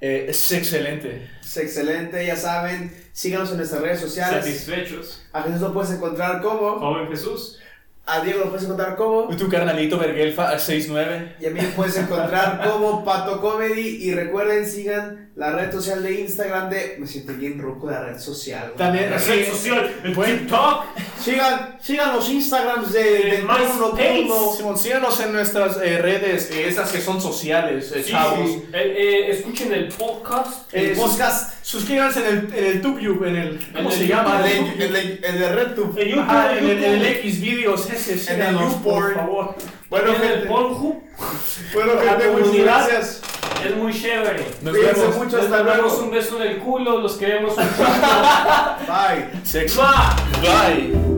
C: Eh, es excelente.
A: Es excelente, ya saben. Síganos en nuestras redes sociales.
B: satisfechos.
A: A Jesús lo puedes encontrar como.
B: Joven Jesús,
A: A Diego lo puedes encontrar como.
C: Y tu carnalito Vergelfa 69.
A: Y a mí me puedes encontrar como Pato Comedy. Y recuerden, sigan la red social de Instagram de. Me siento bien roco de la red social. güey.
C: También,
B: la
C: sí.
B: red social, el
C: Buen-
B: TikTok.
A: Sigan, sigan los Instagrams de, de Turno
B: MySpace.
A: Turno.
C: Simón, síganos en nuestras eh, redes, eh, esas que son sociales, eh,
B: Sí,
C: chavos.
B: sí. El, eh, escuchen el podcast.
A: El
C: Eh,
A: podcast.
C: Suscríbanse en el, en el TubeYub, en el. ¿Cómo
B: En el
C: se
B: YouTube.
C: llama?
A: El, de- el de- el de RedTube.
B: En YouTube,
C: Ah, en el,
B: YouTube.
C: en el X videos ese, síganos, por
A: YouPorn.
C: favor.
A: Bueno,
B: en el
A: gente,
B: Pornhub.
A: bueno,
B: la
A: gente, muchas
B: comunidad.
A: gracias.
B: Es muy chévere.
C: Nos
A: Cuídense
C: vemos.
A: mucho,
B: Les
A: hasta
B: mandamos
A: luego.
B: un beso en el culo, los queremos un chingo.
A: Bye.
C: Sexo.
B: Va.
C: Bye.